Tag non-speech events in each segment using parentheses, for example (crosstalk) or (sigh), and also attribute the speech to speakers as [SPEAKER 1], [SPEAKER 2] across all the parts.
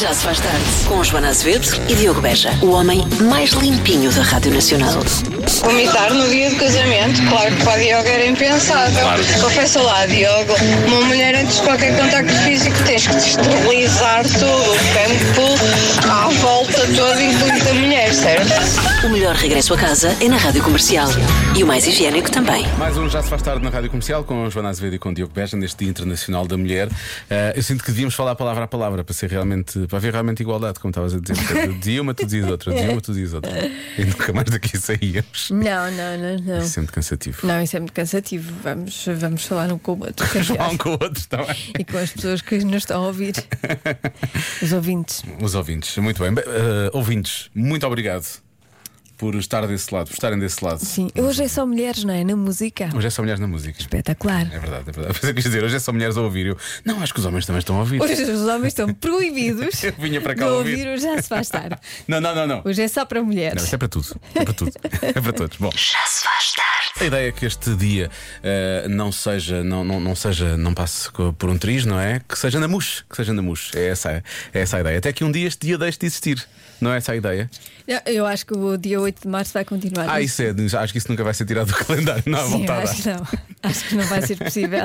[SPEAKER 1] Já se faz tarde. Com Joana Azevedo e Diogo Beja. O homem mais limpinho da Rádio Nacional.
[SPEAKER 2] Vomitar no dia do casamento, claro que para Diogo era impensável.
[SPEAKER 3] Claro.
[SPEAKER 2] Confessa lá, Diogo, uma mulher antes de qualquer contacto físico tens que esterilizar tudo, o campo à volta toda, incluindo a mulher, certo?
[SPEAKER 1] O melhor regresso a casa é na Rádio Comercial. E o mais higiênico também.
[SPEAKER 3] Mais um Já se faz tarde na Rádio Comercial com a Joana Azevedo e com o Diogo Beja neste Dia Internacional da Mulher. Eh, eu sinto que devíamos falar palavra a palavra para ser realmente para haver realmente igualdade, como estavas a dizer. Portanto, De uma tu dizes outra, de uma tu dizes outra. E nunca mais daqui saíamos.
[SPEAKER 4] Não, não, não, não.
[SPEAKER 3] Sempre cansativo.
[SPEAKER 4] Não, isso é muito cansativo. Vamos, vamos falar um com o outro.
[SPEAKER 3] (laughs)
[SPEAKER 4] que
[SPEAKER 3] Falar um
[SPEAKER 4] aliás,
[SPEAKER 3] com o outro está bem.
[SPEAKER 4] E com as pessoas que nos estão a
[SPEAKER 3] (laughs)
[SPEAKER 4] ouvir. Os ouvintes.
[SPEAKER 3] Os ouvintes, muito bem. Bem, eh, ouvintes, muito obrigado por estar desse lado, por estarem desse lado.
[SPEAKER 4] Sim. Hoje é só mulheres, não é? Na música.
[SPEAKER 3] Hoje é só mulheres na música.
[SPEAKER 4] Espetacular.
[SPEAKER 3] É verdade, é verdade. Mas eu quis dizer, hoje é só mulheres a ouvir. Eu, não, acho que os homens também estão a ouvir.
[SPEAKER 4] Hoje é os homens estão proibidos.
[SPEAKER 3] (laughs) Eu vinha para cá
[SPEAKER 4] de
[SPEAKER 3] ouvir.
[SPEAKER 4] ouvir. o Já se faz tarde.
[SPEAKER 3] Não, não, não, não.
[SPEAKER 4] Hoje é só para
[SPEAKER 3] Não,
[SPEAKER 4] mulheres.
[SPEAKER 3] isso é para tudo. É
[SPEAKER 4] (laughs)
[SPEAKER 3] para tudo. É para todos. Bom.
[SPEAKER 1] Já se faz tarde.
[SPEAKER 3] A ideia é que este dia eh, não seja, não, não, não seja, não passe co- por um triz, não é? Que seja na mousse, que seja na mousse. É essa, é essa a ideia. Até que um dia este dia deixe de existir. Não é essa a ideia?
[SPEAKER 4] Não,
[SPEAKER 3] é-
[SPEAKER 4] eu acho que o dia 8 de março vai continuar.
[SPEAKER 3] Ah, isso é, acho que isso nunca vai ser tirado do (laughs) calendário, não há
[SPEAKER 4] Sim, eu
[SPEAKER 3] vontade.
[SPEAKER 4] acho que não. Acho que não vai
[SPEAKER 3] (laughs)
[SPEAKER 4] ser possível.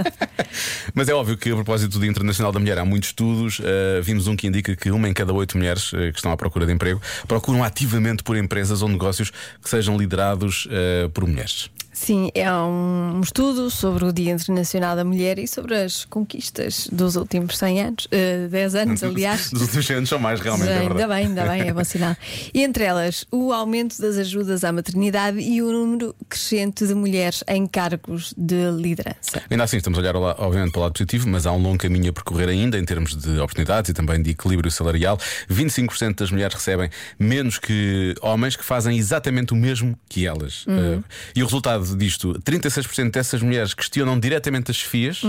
[SPEAKER 3] Mas é óbvio que, a propósito do Dia Internacional da Mulher, há muitos estudos. eh, vimos um que indica que uma em cada oito mulheres eh, que estão à procura de emprego procuram ativamente por empresas ou negócios que sejam liderados eh, por mulheres.
[SPEAKER 4] Sim, é um estudo sobre o Dia Internacional da Mulher e sobre as conquistas dos últimos 100 anos, eh,
[SPEAKER 3] (laughs)
[SPEAKER 4] 10 anos, aliás.
[SPEAKER 3] Dos últimos anos são mais, realmente. é
[SPEAKER 4] ainda
[SPEAKER 3] verdade.
[SPEAKER 4] bem, ainda bem, é bom sinal. E entre elas, o aumento das ajudas à maternidade e o número crescente de mulheres em cargos de liderança.
[SPEAKER 3] Ainda assim, estamos a olhar, lá- obviamente, para o lado positivo, mas há um longo caminho a percorrer ainda em termos de oportunidades e também de equilíbrio salarial. 25% das mulheres recebem menos que homens que fazem exatamente o mesmo que elas. Eh, E o resultado disto: 36% dessas mulheres questionam diretamente as chefias,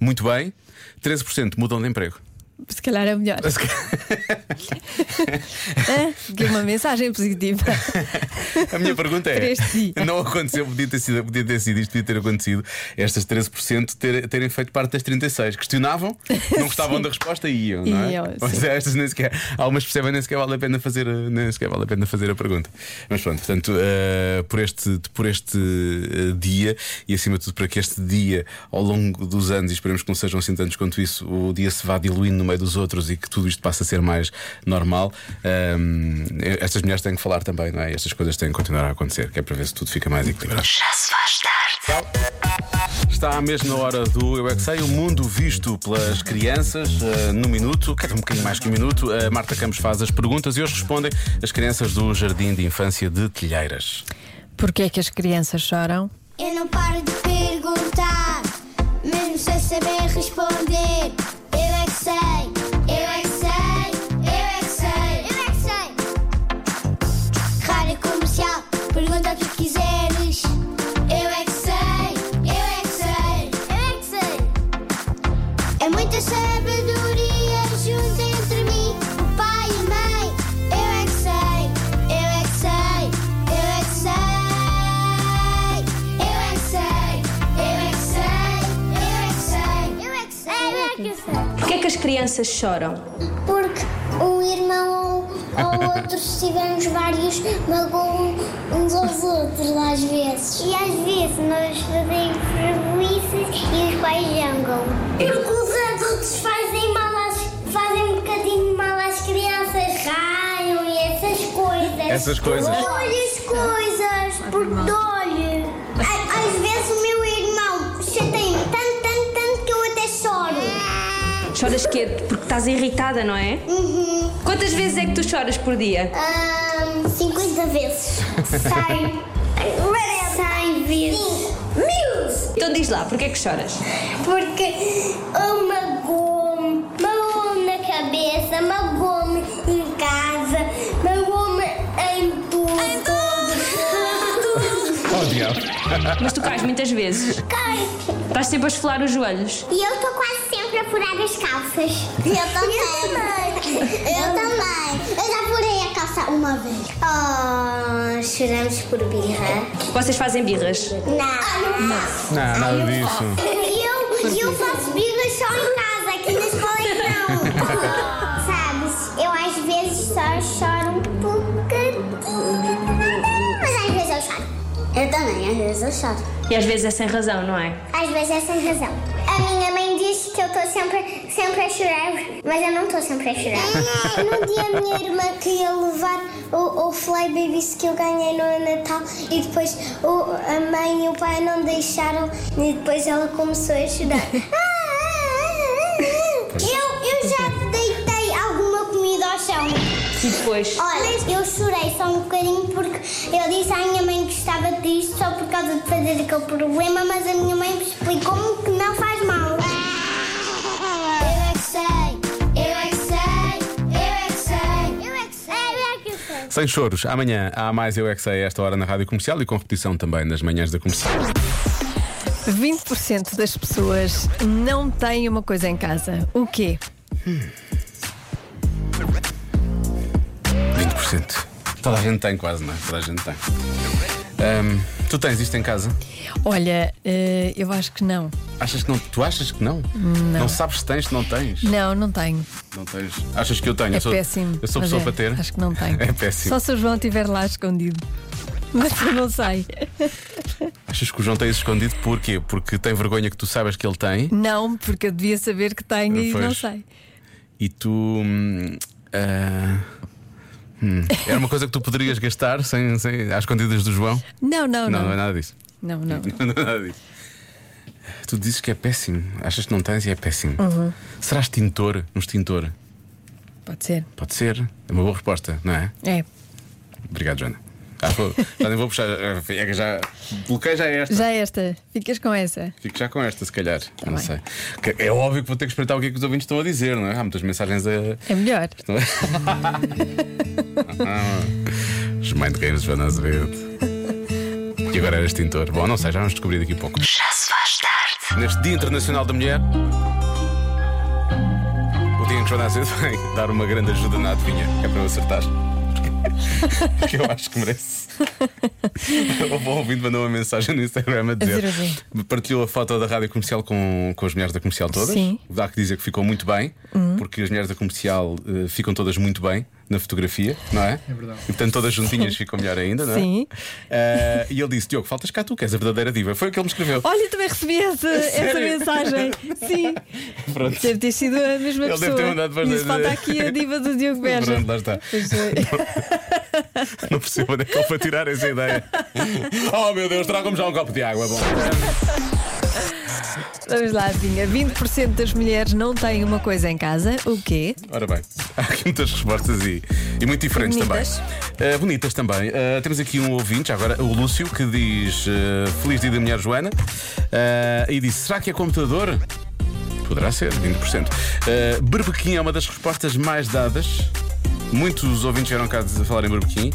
[SPEAKER 3] muito bem, 13% mudam de emprego. (laughs)
[SPEAKER 4] Se calhar é melhor. (laughs) Hã? Que uma mensagem positiva.
[SPEAKER 3] A minha pergunta
[SPEAKER 4] Para
[SPEAKER 3] é:
[SPEAKER 4] este
[SPEAKER 3] (laughs)
[SPEAKER 4] dia.
[SPEAKER 3] não aconteceu, podia ter sido, podia ter sido isto, podia ter acontecido, estas 13% ter- terem feito parte das 36%. Questionavam, não gostavam da resposta e iam, não é?
[SPEAKER 4] Iam,
[SPEAKER 3] Mas
[SPEAKER 4] sim.
[SPEAKER 3] estas nem sequer, algumas percebem, nem sequer vale a pena fazer, a- nem sequer vale a pena fazer a pergunta. Mas pronto, portanto, eh, por este, por este eh, dia e acima de tudo para que este dia, ao longo dos anos, e esperemos que não sejam assim tantos quanto isso, o dia se vá diluindo no meio dos outros e que tudo isto passe a ser mais normal, ehm, estas mulheres têm que falar também, não é? Estas coisas têm que continuar a acontecer, que é para ver se tudo fica mais equilibrado.
[SPEAKER 1] Já se faz tarde.
[SPEAKER 3] Está à mesma hora do Eu é Que Sei, o mundo visto pelas crianças eh, no minuto, quer dizer, um bocadinho mais que um minuto. A Marta Campos faz as perguntas e hoje respondem as crianças do Jardim de Infância de Telheiras.
[SPEAKER 4] Porquê é que as crianças choram?
[SPEAKER 5] Eu não paro de perguntar, mesmo sem saber responder. Eu é que sei, eu é que sei, eu é que sei, eu é que sei. Rádio comercial, pergunta o que quiseres. Eu é que sei, eu é que sei, eu é que sei. É muita sabedoria junto entre mim, o pai e a mãe. Eu é que sei, eu é que sei, eu é que sei. Eu é que sei, eu é que sei, eu é que sei, eu é que sei, eu é que sei.
[SPEAKER 6] Porquê é que as crianças choram?
[SPEAKER 5] Porque um irmão
[SPEAKER 3] (laughs)
[SPEAKER 5] ou, outro, se tivermos vários, magoam uns aos outros às vezes. E às vezes nós fazemos prejuízos e os pais jangam. Porque os adultos fazem mal às, fazem um bocadinho mal às crianças, raiam e essas coisas.
[SPEAKER 3] Essas coisas.
[SPEAKER 5] Olha as coisas, por dói. Às vezes o meu irmão chateia-me tanto, tanto, tanto que eu até choro.
[SPEAKER 6] Choras que porque estás irritada, não é?
[SPEAKER 5] Uhum.
[SPEAKER 6] Quantas vezes é que tu choras por dia?
[SPEAKER 5] Ahn, 50 vezes. 100. 100 vezes. Mil!
[SPEAKER 6] Então diz lá, porquê é que choras?
[SPEAKER 5] Porque uma gome, magoou-me na cabeça, magoou-me em casa, magoou-me em tudo. Em tudo!
[SPEAKER 3] Oh, diabo!
[SPEAKER 6] Mas tu cais muitas vezes. Estás sempre a esfolar os joelhos.
[SPEAKER 5] E eu estou quase sempre a furar as calças. Eu também. Eu também. Eu já furei a calça uma vez. Oh, choramos por birra.
[SPEAKER 6] Vocês fazem birras.
[SPEAKER 5] Não. não.
[SPEAKER 3] (laughs) Não, nada disso.
[SPEAKER 5] (laughs) Eu, eu faço birra só em casa, aqui na escola não. Sabes, eu um Eu também, às vezes eu choro.
[SPEAKER 6] E às vezes é sem razão, não é?
[SPEAKER 5] Às vezes é sem razão. A minha mãe diz que eu estou sempre, sempre a chorar, mas eu não estou sempre a chorar. Num dia a minha irmã queria levar o, o Fly Babies que eu ganhei no Natal e depois o- a mãe e o pai não deixaram e depois ela começou a (laughs) chorar. Ah, eu, eu já deitei alguma comida ao chão.
[SPEAKER 6] E depois.
[SPEAKER 5] Olha, eu chorei só um bocadinho porque eu disse à minha mãe que estava triste só por causa de fazer aquele problema, mas a minha mãe me explicou-me que não faz mal. Eu é que sei, eu é que sei, eu é que sei, eu é que sei, eu é que sei.
[SPEAKER 3] Sem choros, amanhã há mais Eu É Que Sei a esta hora na Rádio Comercial e com repetição também nas manhãs da Comercial.
[SPEAKER 4] 20% das pessoas não têm uma coisa em casa. O quê?
[SPEAKER 3] 20%. Toda a gente tem quase, não é? Toda a gente tem. Ahm, tu tens isto em casa?
[SPEAKER 4] Olha, eh, eu acho que não.
[SPEAKER 3] Achas que não? Tu achas que não? Não, sabes se tens, se não tens.
[SPEAKER 4] Não, não tenho.
[SPEAKER 3] Não tens. Achas que eu tenho?
[SPEAKER 4] É
[SPEAKER 3] eu sou,
[SPEAKER 4] péssimo.
[SPEAKER 3] Eu sou
[SPEAKER 4] mas
[SPEAKER 3] pessoa
[SPEAKER 4] é,
[SPEAKER 3] para ter.
[SPEAKER 4] Acho que não tenho.
[SPEAKER 3] (laughs) É péssimo.
[SPEAKER 4] Só se o João estiver lá escondido. Mas eu não sei.
[SPEAKER 3] Achas que o João tem isso escondido porquê? Porque tem vergonha que tu saibas que ele tem
[SPEAKER 4] Não, porque eu devia saber que tenho e
[SPEAKER 3] Pois.
[SPEAKER 4] não sei.
[SPEAKER 3] e tu. hum, ah,
[SPEAKER 4] (laughs)
[SPEAKER 3] hum, era uma coisa que tu poderias gastar sem, sem, às escondidas do João?
[SPEAKER 4] Não, não,
[SPEAKER 3] não,
[SPEAKER 4] não.
[SPEAKER 3] é nada disso. (laughs)
[SPEAKER 4] Não, não.
[SPEAKER 3] Não é nada disso. Tu dizes que é péssimo. Achas que não tens e é péssimo.
[SPEAKER 4] Uhum.
[SPEAKER 3] Serás tintor? Um extintor?
[SPEAKER 4] Pode ser.
[SPEAKER 3] Pode ser. É uma boa resposta, não é?
[SPEAKER 4] É.
[SPEAKER 3] Obrigado, Joana. Ah,
[SPEAKER 4] (laughs)
[SPEAKER 3] vou- já nem vou puxar. É que já. Bloquei já é esta.
[SPEAKER 4] Já é esta. Ficas com essa.
[SPEAKER 3] Fico já com esta, se calhar. não
[SPEAKER 4] bem.
[SPEAKER 3] sei. Que- É óbvio que vou ter que espreitar o que é que os ouvintes estão a dizer, não é? Há muitas mensagens a.
[SPEAKER 4] É melhor.
[SPEAKER 3] estão a- Os mãe de Gueiras, Joana Azevedo. E agora eras tintor. Bom, não sei, já vamos descobrir daqui a pouco.
[SPEAKER 1] Já se faz tarde.
[SPEAKER 3] Neste Dia Internacional da Mulher, o dia em que Joana Azevedo vai dar uma grande ajuda na adivinha, que é para eu acertar. que (laughs) eu acho que merece. O bom ouvinte mandou uma mensagem no Instagram a dizer.
[SPEAKER 4] Dizer o quê?
[SPEAKER 3] Partilhou a foto da rádio comercial com, com as mulheres da comercial todas.
[SPEAKER 4] Sim. Uhum.
[SPEAKER 3] Dá que dizer que ficou muito bem, porque as mulheres da comercial eh, ficam todas muito bem na fotografia, não é? É verdade. E portanto todas juntinhas ficam melhor ainda, não é?
[SPEAKER 4] Sim.
[SPEAKER 3] Eh, e ele disse: Diogo, faltas cá tu, que és a verdadeira diva. Foi o que ele me escreveu.
[SPEAKER 4] Olha, eu também recebi essa, essa
[SPEAKER 3] sério?
[SPEAKER 4] mensagem. Sim.
[SPEAKER 3] (laughs) Pronto.
[SPEAKER 4] Deve ter sido a mesma
[SPEAKER 3] Ele deve ter
[SPEAKER 4] pessoa.
[SPEAKER 3] mandado para
[SPEAKER 4] Isso
[SPEAKER 3] dizer-
[SPEAKER 4] falta aqui a diva do Diogo Beja.
[SPEAKER 3] Pronto, lá está.
[SPEAKER 4] Pois é.
[SPEAKER 3] Não percebo onde é que ele foi tirar essa
[SPEAKER 4] (laughs)
[SPEAKER 3] ideia. Oh meu Deus, tragam-me já um copo de água. Bom.
[SPEAKER 4] Vamos lá, Vinha. 20% das mulheres não têm uma coisa em casa. O quê?
[SPEAKER 3] Ora bem, (laughs) há aqui muitas respostas e, e muito diferentes
[SPEAKER 4] Bonitas.
[SPEAKER 3] também. Eh, bonitas também. Eh, temos aqui um ouvinte, agora o Lúcio, que diz eh, Feliz dia da mulher Joana. Eh, e disse: Será que é computador? Poderá ser, 20%. Eh, berbequim é uma das respostas mais dadas. Muitos ouvintes vieram cá a falar em berbequim.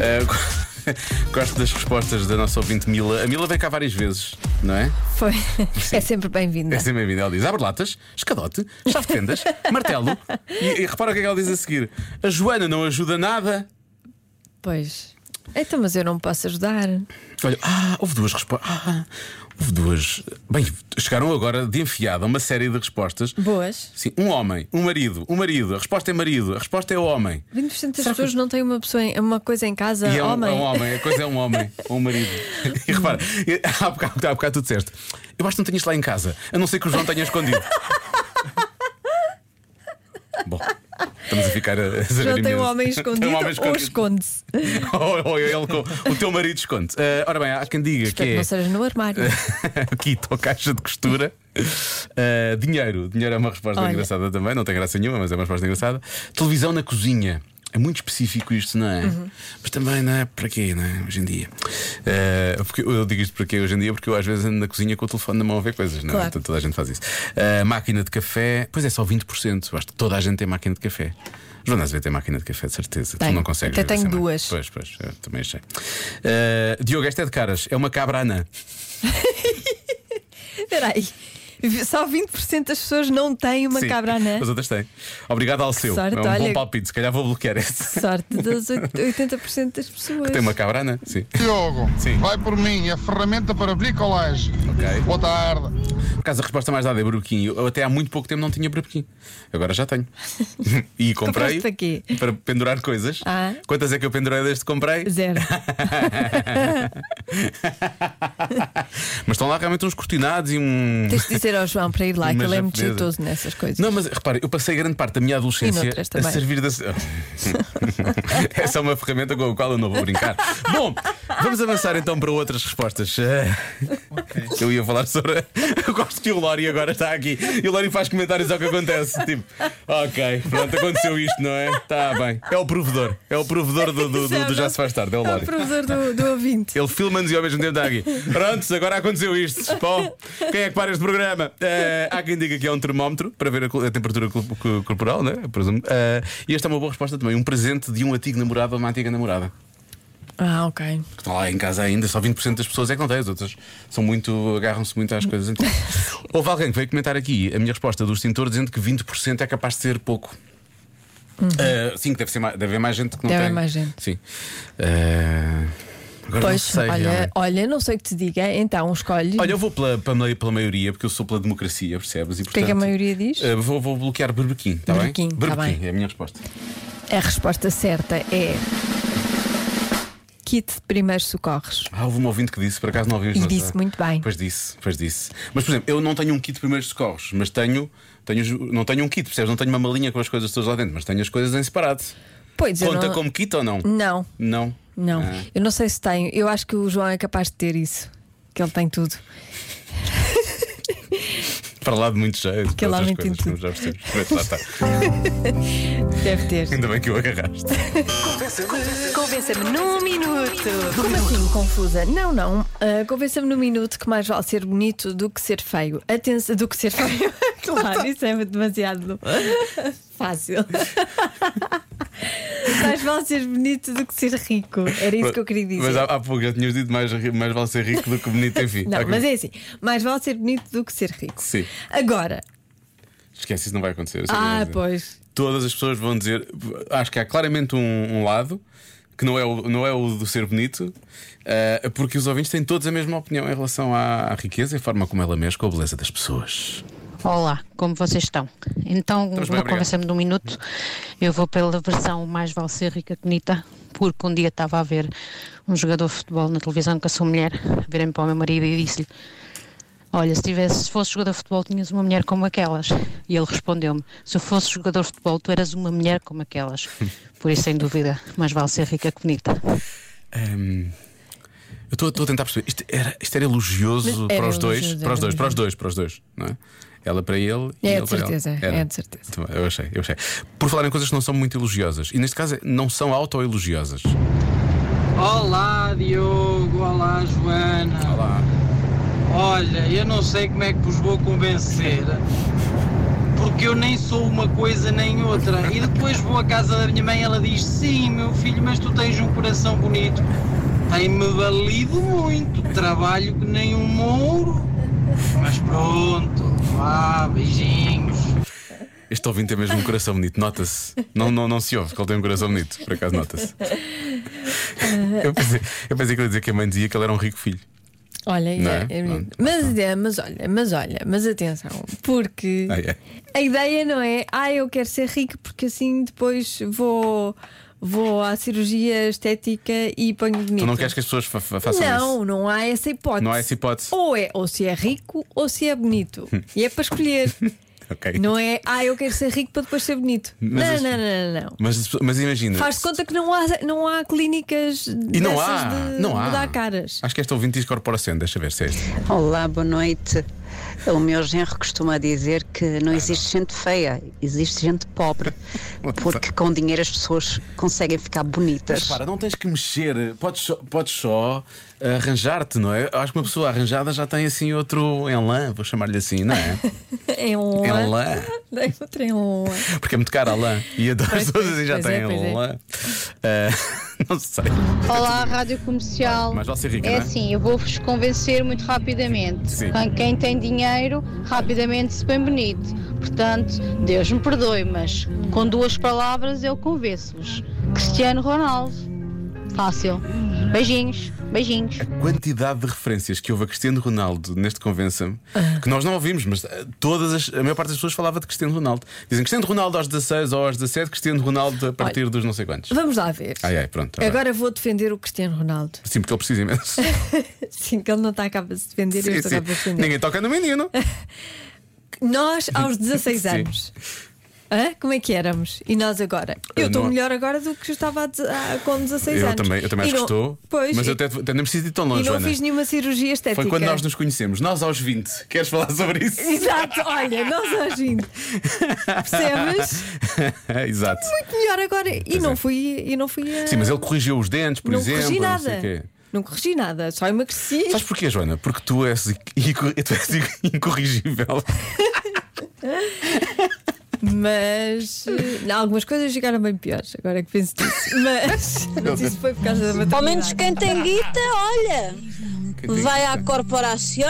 [SPEAKER 3] Eh, (laughs) gosto das respostas da nossa ouvinte Mila. A Mila veio cá várias vezes, não é?
[SPEAKER 4] Foi. É sempre bem-vinda.
[SPEAKER 3] É sempre bem-vindo. Ela diz: abre latas, escadote, chave de fendas, martelo. E, e repara o que é que ela diz a seguir: a Joana não ajuda nada.
[SPEAKER 4] Pois. Então, mas eu não posso ajudar.
[SPEAKER 3] Olha, ah, houve duas respostas. Ah, houve duas. Bem, chegaram agora de enfiada uma série de respostas.
[SPEAKER 4] Boas.
[SPEAKER 3] Sim, um homem, um marido, um marido. A resposta é marido, a resposta é homem.
[SPEAKER 4] 20% das pessoas não têm uma, pessoa em- uma coisa em casa.
[SPEAKER 3] E é um
[SPEAKER 4] homem.
[SPEAKER 3] é um
[SPEAKER 4] (laughs)
[SPEAKER 3] homem, a coisa é um homem, ou um marido. E repara, e- há bocado, há bocado tu disseste: eu acho que não tenho isto lá em casa, a não ser que o João tenha escondido.
[SPEAKER 4] (laughs)
[SPEAKER 3] Bom, estamos a ficar a, a saber
[SPEAKER 4] Não tem um
[SPEAKER 3] imenso. (laughs)
[SPEAKER 4] homem
[SPEAKER 3] Tem
[SPEAKER 4] escondido
[SPEAKER 3] um homem
[SPEAKER 4] ou
[SPEAKER 3] escondido.
[SPEAKER 4] esconde-se.
[SPEAKER 3] (laughs) Ou- ou ele com- o teu marido esconde. Eh, ora bem, há quem diga
[SPEAKER 4] Espero que
[SPEAKER 3] que é.
[SPEAKER 4] não sejas no
[SPEAKER 3] (laughs)
[SPEAKER 4] armário.
[SPEAKER 3] Kit ou caixa de costura. Uh, dinheiro. Dinheiro é uma resposta
[SPEAKER 4] Olha.
[SPEAKER 3] engraçada também, não tem graça nenhuma, mas é uma resposta engraçada. Televisão na cozinha. É muito específico isto, não é?
[SPEAKER 4] Uhum.
[SPEAKER 3] Mas também não é para quê, não é? Hoje em dia. Uh, porque eu digo isto para quê hoje em dia? Porque eu às vezes ando na cozinha com o telefone na mão a ver coisas, não é?
[SPEAKER 4] Claro.
[SPEAKER 3] Portanto, toda a gente faz isso. Uh, máquina de café, pois é só 20%. Eu acho que toda a gente tem máquina de café. Joana Azevedo tem máquina de café, de certeza. Tu
[SPEAKER 4] Tenho.
[SPEAKER 3] não consegues.
[SPEAKER 4] Até
[SPEAKER 3] viver
[SPEAKER 4] tenho
[SPEAKER 3] sem máquina.
[SPEAKER 4] duas.
[SPEAKER 3] Pois, pois, eu também achei. Uh, Diogo, esta é de caras. É uma cabra anã.
[SPEAKER 4] Espera aí. Só 20% das pessoas não têm uma
[SPEAKER 3] Sim,
[SPEAKER 4] cabra anã.
[SPEAKER 3] As outras têm. Obrigado ao seu.
[SPEAKER 4] sorte,
[SPEAKER 3] é um bom
[SPEAKER 4] olha.
[SPEAKER 3] palpite. Se calhar vou bloquear esse.
[SPEAKER 4] Sorte das oit- 80% das pessoas.
[SPEAKER 3] Tem uma cabra anã? Sim.
[SPEAKER 7] Diogo,
[SPEAKER 3] Sim.
[SPEAKER 7] vai por mim, a ferramenta para bricolagem.
[SPEAKER 3] Ok.
[SPEAKER 7] Boa tarde.
[SPEAKER 3] acaso a resposta mais dada é Bruquim. Eu até há muito pouco tempo não tinha Bruquim. Agora já
[SPEAKER 4] (laughs)
[SPEAKER 3] tenho. e comprei
[SPEAKER 4] Compraste aqui?
[SPEAKER 3] para pendurar coisas.
[SPEAKER 4] Ah.
[SPEAKER 3] Quantas é que eu pendurei desde que comprei?
[SPEAKER 4] Zero.
[SPEAKER 3] (laughs) Mas estão lá realmente uns cortinados e um.
[SPEAKER 4] (laughs) Tens de dizer ao João para ir lá, que
[SPEAKER 3] Uma
[SPEAKER 4] ele é muito
[SPEAKER 3] japonesa.
[SPEAKER 4] jeitoso nessas coisas. (laughs)
[SPEAKER 3] Não, mas repare, eu passei grande parte da minha
[SPEAKER 4] E
[SPEAKER 3] adolescência
[SPEAKER 4] noutras
[SPEAKER 3] a
[SPEAKER 4] também.
[SPEAKER 3] servir da. (laughs) Essa é uma ferramenta com a qual eu não vou brincar. Bom, vamos avançar então para outras respostas. (laughs) Eh, Eu ia falar sobre. (laughs) a- Eu gosto que o Lori agora está aqui e o Lori faz comentários ao que acontece. Tipo, ok, pronto, aconteceu isto, não é? Está bem. É o provedor. É o provedor do, do- do- do Já Se Faz Tarde, é o
[SPEAKER 4] É o
[SPEAKER 3] Lori.
[SPEAKER 4] professor do, do ouvinte.
[SPEAKER 3] Ele filma-nos e ao mesmo tempo está aqui. Prontos, agora aconteceu isto. Bom, quem é que para este programa? Eh, há quem diga que é um termómetro para ver a, col- a temperatura col- co- corporal, né? Eu Presumo. Eh, e esta é uma boa resposta também. Um presente de um antigo namorado a uma antiga namorada.
[SPEAKER 4] Ah, ok.
[SPEAKER 3] Que estão lá em casa ainda, só 20% das pessoas é que não têm, as outras são muito. agarram-se muito às coisas
[SPEAKER 4] (laughs)
[SPEAKER 3] antigas. Houve alguém que veio comentar aqui a minha resposta do extintor dizendo que 20% é capaz de ser pouco. Eh, sim, que deve, ser mais, deve haver mais gente que não
[SPEAKER 4] Uhum. Deve
[SPEAKER 3] tem.
[SPEAKER 4] haver mais gente.
[SPEAKER 3] Sim. Eh, agora não
[SPEAKER 4] Pois,
[SPEAKER 3] sei, realmente.
[SPEAKER 4] olha, olha, não sei o que te diga, então escolhe.
[SPEAKER 3] Olha, eu vou pela, pela, mai- pela maioria, porque eu sou pela democracia, percebes? E,
[SPEAKER 4] que é que a
[SPEAKER 3] portanto,
[SPEAKER 4] maioria diz?
[SPEAKER 3] eh, vou, vou bloquear Berbequim, está bem?
[SPEAKER 4] Berbequim, tá
[SPEAKER 3] Berbequim,
[SPEAKER 4] bem.
[SPEAKER 3] é a minha resposta.
[SPEAKER 4] A resposta certa é. Kit de primeiros socorros.
[SPEAKER 3] Ah, houve um ouvinte que disse, por acaso não ouvi os
[SPEAKER 4] E
[SPEAKER 3] nossos,
[SPEAKER 4] disse
[SPEAKER 3] ah.
[SPEAKER 4] muito bem.
[SPEAKER 3] Pois disse, pois disse. Mas, por exemplo, eu não tenho um kit de primeiros socorros, mas tenho, tenho os- não tenho um kit, percebes? Não tenho uma malinha com as coisas todas lá dentro, mas tenho as coisas em separado.
[SPEAKER 4] Pois eu
[SPEAKER 3] Conta
[SPEAKER 4] não...
[SPEAKER 3] como kit ou não?
[SPEAKER 4] Não,
[SPEAKER 3] Não.
[SPEAKER 4] não.
[SPEAKER 3] Ah.
[SPEAKER 4] Eu não sei se tenho. Eu acho que o João é capaz de ter isso. Que ele tem tudo.
[SPEAKER 3] Para lá de muito jeito. para
[SPEAKER 4] Que é lá
[SPEAKER 3] outras
[SPEAKER 4] mentem
[SPEAKER 3] coisas, como já percebes. Lá está.
[SPEAKER 4] (laughs) Deve ter.
[SPEAKER 3] Ainda bem que o agarraste.
[SPEAKER 4] Convença-me num minuto. Como assim, confusa? Não, não. Ah, Convença-me num minuto que mais vale ser bonito do que ser feio. Atenção, do que ser feio. (laughs) claro, isso é demasiado
[SPEAKER 3] (laughs)
[SPEAKER 4] fácil. mais vale ser bonito do que ser rico. Era isso que eu queria dizer.
[SPEAKER 3] Mas há, há pouco já tinhas dito mais, ri- mais vale ser rico do que bonito, enfim.
[SPEAKER 4] Não,
[SPEAKER 3] Ok.
[SPEAKER 4] mas é assim. Mais vale ser bonito do que ser rico.
[SPEAKER 3] Tá Sim.
[SPEAKER 4] Agora.
[SPEAKER 3] Esquece, isso não vai acontecer. eu sei o que
[SPEAKER 4] Ah,
[SPEAKER 3] vais dizer.
[SPEAKER 4] pois.
[SPEAKER 3] Todas as pessoas vão dizer. Acho que há claramente um, um lado que não é o, não é o do ser bonito, eh, porque os ouvintes têm todos a mesma opinião em relação à, à riqueza e a forma como ela mexe com a beleza das pessoas.
[SPEAKER 7] Olá, como vocês estão? Então,
[SPEAKER 3] Estamos bem,
[SPEAKER 7] uma
[SPEAKER 3] obrigado.
[SPEAKER 7] conversa-me de um minuto. Eu vou pela versão mais vale ser rica que bonita, porque um dia estava a ver um jogador de futebol na televisão com a sua mulher, virei-me para o meu marido e disse-lhe: Olha, se, tivesse, se fosse jogador de futebol, tinhas uma mulher como aquelas. E ele respondeu-me: Se eu fosse jogador de futebol, tu eras uma mulher
[SPEAKER 3] (laughs)
[SPEAKER 7] como aquelas. Por isso, sem dúvida, mais vale ser rica que bonita.
[SPEAKER 3] Ehm, eu estou estou a tentar perceber. Isto era, isto era elogioso
[SPEAKER 4] Mas era
[SPEAKER 3] para os dois,
[SPEAKER 4] elogioso,
[SPEAKER 3] para os
[SPEAKER 4] era
[SPEAKER 3] dois, para os dois, para os dois, não é? Ela para ele e
[SPEAKER 4] É,
[SPEAKER 3] ele
[SPEAKER 4] de
[SPEAKER 3] para ela.
[SPEAKER 4] certeza,
[SPEAKER 3] Era.
[SPEAKER 4] é de certeza.
[SPEAKER 3] Muito bem, Eu achei, eu achei. Por falar em coisas que não são muito elogiosas, e neste caso é, não são autoelogiosas.
[SPEAKER 8] Olá Diogo, olá
[SPEAKER 4] Ah.
[SPEAKER 8] Joana.
[SPEAKER 3] Olá.
[SPEAKER 8] Olha, eu não sei como é que vos vou convencer, porque eu nem sou uma coisa nem outra. E depois vou à casa da minha mãe, ela diz: Sim, meu filho, mas tu tens um coração bonito. Tem-me valido muito, trabalho que nem um mouro. Mas pronto, vá, beijinhos.
[SPEAKER 3] Este ouvinte tem mesmo um coração bonito, nota-se. Não, não, não se ouve que ele tem um coração bonito, por acaso
[SPEAKER 4] (laughs)
[SPEAKER 3] nota-se. Eu pensei, eu pensei que ele ia dizer que a mãe dizia que ele era um rico filho.
[SPEAKER 4] Olha,
[SPEAKER 3] Não
[SPEAKER 4] é-
[SPEAKER 3] é?
[SPEAKER 4] é bonito.
[SPEAKER 3] Não.
[SPEAKER 4] mas, é, mas olha, mas olha, mas atenção, porque
[SPEAKER 3] Ah, é?
[SPEAKER 4] a ideia não é, ah, eu quero ser rico porque assim depois vou, vou à cirurgia estética e ponho bonito.
[SPEAKER 3] Tu não queres que as pessoas fa- fa- façam
[SPEAKER 4] não,
[SPEAKER 3] isso?
[SPEAKER 4] não há essa hipótese.
[SPEAKER 3] Não há essa hipótese. Hum.
[SPEAKER 4] Ou é, ou se é rico ou se é bonito. e é para escolher.
[SPEAKER 3] (laughs) Ok.
[SPEAKER 4] Não é, ah, eu quero ser rico para depois ser bonito.
[SPEAKER 3] Mas
[SPEAKER 4] não,
[SPEAKER 3] as-
[SPEAKER 4] não, não, não, não.
[SPEAKER 3] Mas, as pessoas- mas imagina.
[SPEAKER 4] Faz de conta que não há, não há clínicas
[SPEAKER 3] E não
[SPEAKER 4] dessas
[SPEAKER 3] há.
[SPEAKER 4] de
[SPEAKER 3] não há.
[SPEAKER 4] mudar caras.
[SPEAKER 3] Acho que este ouvinte diz corporação, deixa ver se é este.
[SPEAKER 9] Olá, boa noite. O meu genro costuma dizer que não existe gente feia, existe gente pobre, porque com dinheiro as pessoas conseguem ficar
[SPEAKER 3] Mas
[SPEAKER 9] bonitas.
[SPEAKER 3] para, não tens que mexer, podes só, podes só arranjar-te, não é? Eu Acho que uma pessoa arranjada já tem assim outro enlã, vou chamar-lhe assim, não é?
[SPEAKER 4] (laughs) É um (laughs)
[SPEAKER 3] Enlã.
[SPEAKER 4] Dei outra em honra.
[SPEAKER 3] Porque é muito caro a lã. E adoro
[SPEAKER 4] Pois,
[SPEAKER 3] as pessoas assim, já
[SPEAKER 4] pois
[SPEAKER 3] têm
[SPEAKER 4] é, pois é.
[SPEAKER 3] lã. Ah, (laughs) não sei.
[SPEAKER 10] Olá, Rádio Comercial.
[SPEAKER 3] Mas você é rica,
[SPEAKER 10] é
[SPEAKER 3] não é?
[SPEAKER 10] assim, eu vou-vos convencer muito rapidamente.
[SPEAKER 3] Sim.
[SPEAKER 10] Quem- Quem tem dinheiro, rapidamente se bem bonito. Portanto, Deus me perdoe, mas com duas palavras eu convenço-vos. Cristiano Ronaldo. Fácil. Beijinhos. Beijinhos.
[SPEAKER 3] A quantidade de referências que houve a Cristiano Ronaldo neste Convença-me,
[SPEAKER 4] Ah.
[SPEAKER 3] que nós não ouvimos, mas eh, todas as- a maior parte das pessoas falava de Cristiano Ronaldo. Dizem Cristiano Ronaldo aos 16 ou aos 17, Cristiano Ronaldo a partir dos não sei quantos.
[SPEAKER 4] Vamos lá ver.
[SPEAKER 3] Ai, ai, pronto. tá bem.
[SPEAKER 4] Agora vou defender o Cristiano Ronaldo. (laughs)
[SPEAKER 3] Sim, porque ele precisa imenso.
[SPEAKER 4] Sim, que ele não está cá para se defender, eu
[SPEAKER 3] Sim,
[SPEAKER 4] estou
[SPEAKER 3] sim.
[SPEAKER 4] cá para defender.
[SPEAKER 3] Ninguém toca no
[SPEAKER 4] (laughs)
[SPEAKER 3] menino.
[SPEAKER 4] Nós, aos
[SPEAKER 3] (laughs)
[SPEAKER 4] 16
[SPEAKER 3] Sim.
[SPEAKER 4] anos. Hã? Como é que éramos? E nós agora? Eu
[SPEAKER 3] Eu
[SPEAKER 4] estou
[SPEAKER 3] não-
[SPEAKER 4] melhor agora do que eu estava a de- a- com 16
[SPEAKER 3] Eu
[SPEAKER 4] anos.
[SPEAKER 3] também, eu também
[SPEAKER 4] E
[SPEAKER 3] acho que
[SPEAKER 4] não-
[SPEAKER 3] estou.
[SPEAKER 4] Pois,
[SPEAKER 3] mas eu
[SPEAKER 4] e-
[SPEAKER 3] até, até não preciso ir tão
[SPEAKER 4] e
[SPEAKER 3] longe,
[SPEAKER 4] não
[SPEAKER 3] Ana.
[SPEAKER 4] fiz nenhuma cirurgia estética.
[SPEAKER 3] Foi quando nós nos conhecemos, nós aos 20. Queres falar sobre isso?
[SPEAKER 4] (laughs) Exato, olha, nós aos
[SPEAKER 3] (laughs)
[SPEAKER 4] 20. Percebes?
[SPEAKER 3] Exato.
[SPEAKER 4] Muito melhor agora. E
[SPEAKER 3] Pois
[SPEAKER 4] não
[SPEAKER 3] é.
[SPEAKER 4] fui, e não fui a.
[SPEAKER 3] Sim, mas ele corrigiu os dentes, por
[SPEAKER 4] não
[SPEAKER 3] exemplo.
[SPEAKER 4] corrigi
[SPEAKER 3] não sei
[SPEAKER 4] nada.
[SPEAKER 3] o quê.
[SPEAKER 4] Não corrigi nada, só emagreci.
[SPEAKER 3] Sabes porquê, Joana? Porque tu és, inco- (laughs) tu és incorrigível. (laughs) (laughs)
[SPEAKER 4] Mas eh, algumas coisas ficaram bem piores, agora é que penso nisso.
[SPEAKER 3] (laughs)
[SPEAKER 4] Mas, mas isso foi por causa da
[SPEAKER 11] Ao
[SPEAKER 4] maternidade.
[SPEAKER 11] menos quem tem guita, olha, vai à corporação,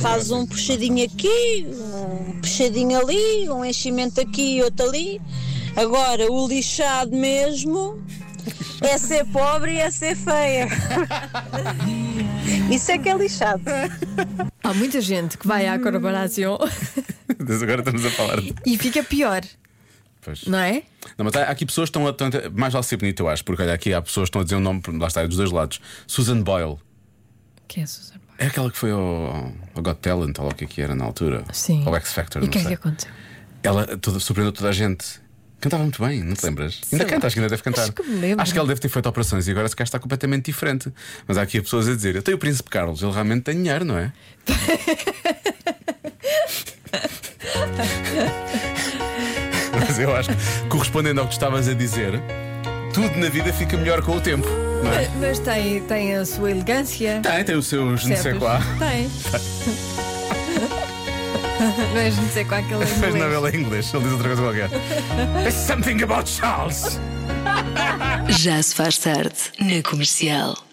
[SPEAKER 11] faz um puxadinho aqui, um puxadinho ali, um enchimento aqui e outro ali. Agora, o lixado mesmo é ser pobre e é ser feia. Isso é que é lixado.
[SPEAKER 4] Há muita gente que
[SPEAKER 3] Hum.
[SPEAKER 4] vai à corporação
[SPEAKER 3] Mas agora estamos a falar. de-
[SPEAKER 4] (laughs) e fica pior,
[SPEAKER 3] Pois.
[SPEAKER 4] não é?
[SPEAKER 3] Não, mas há há aqui pessoas que estão a. estão a- mais vale ser bonito, eu acho, porque olha, aqui há pessoas que estão a dizer o nome, lá está, é dos dois lados. Susan Boyle.
[SPEAKER 4] Quem é Susana?
[SPEAKER 3] É aquela que foi ao, ao Got Talent, ou lá o que é que era na altura.
[SPEAKER 4] Sim.
[SPEAKER 3] Ao X Factor,
[SPEAKER 4] E o
[SPEAKER 3] não
[SPEAKER 4] que é que
[SPEAKER 3] sei.
[SPEAKER 4] aconteceu?
[SPEAKER 3] Ela toda- surpreendeu toda a gente. Cantava muito bem, não te lembras?
[SPEAKER 4] Sei
[SPEAKER 3] Ainda
[SPEAKER 4] lá.
[SPEAKER 3] canta, acho que ainda deve cantar.
[SPEAKER 4] Acho que me lembro.
[SPEAKER 3] Acho que ela deve ter feito operações e agora se cá está completamente diferente. Mas há aqui pessoas a dizer: Eu tenho o Príncipe Carlos, ele realmente tem dinheiro, não
[SPEAKER 4] (laughs)
[SPEAKER 3] é? Mas eu acho que, correspondendo ao que tu estavas a dizer, tudo na vida fica melhor com o tempo, não é?
[SPEAKER 4] Mas tem, tem a sua elegância.
[SPEAKER 3] Tem, tem os seus não sei
[SPEAKER 4] percebes?
[SPEAKER 3] qual. (laughs)
[SPEAKER 4] Tem. (laughs) Mas não sei qual aquele
[SPEAKER 3] Mas não,
[SPEAKER 4] inglês.
[SPEAKER 3] ele é inglês, ele diz outra coisa qualquer. There's something about Charles.
[SPEAKER 1] Já se faz tarde na comercial.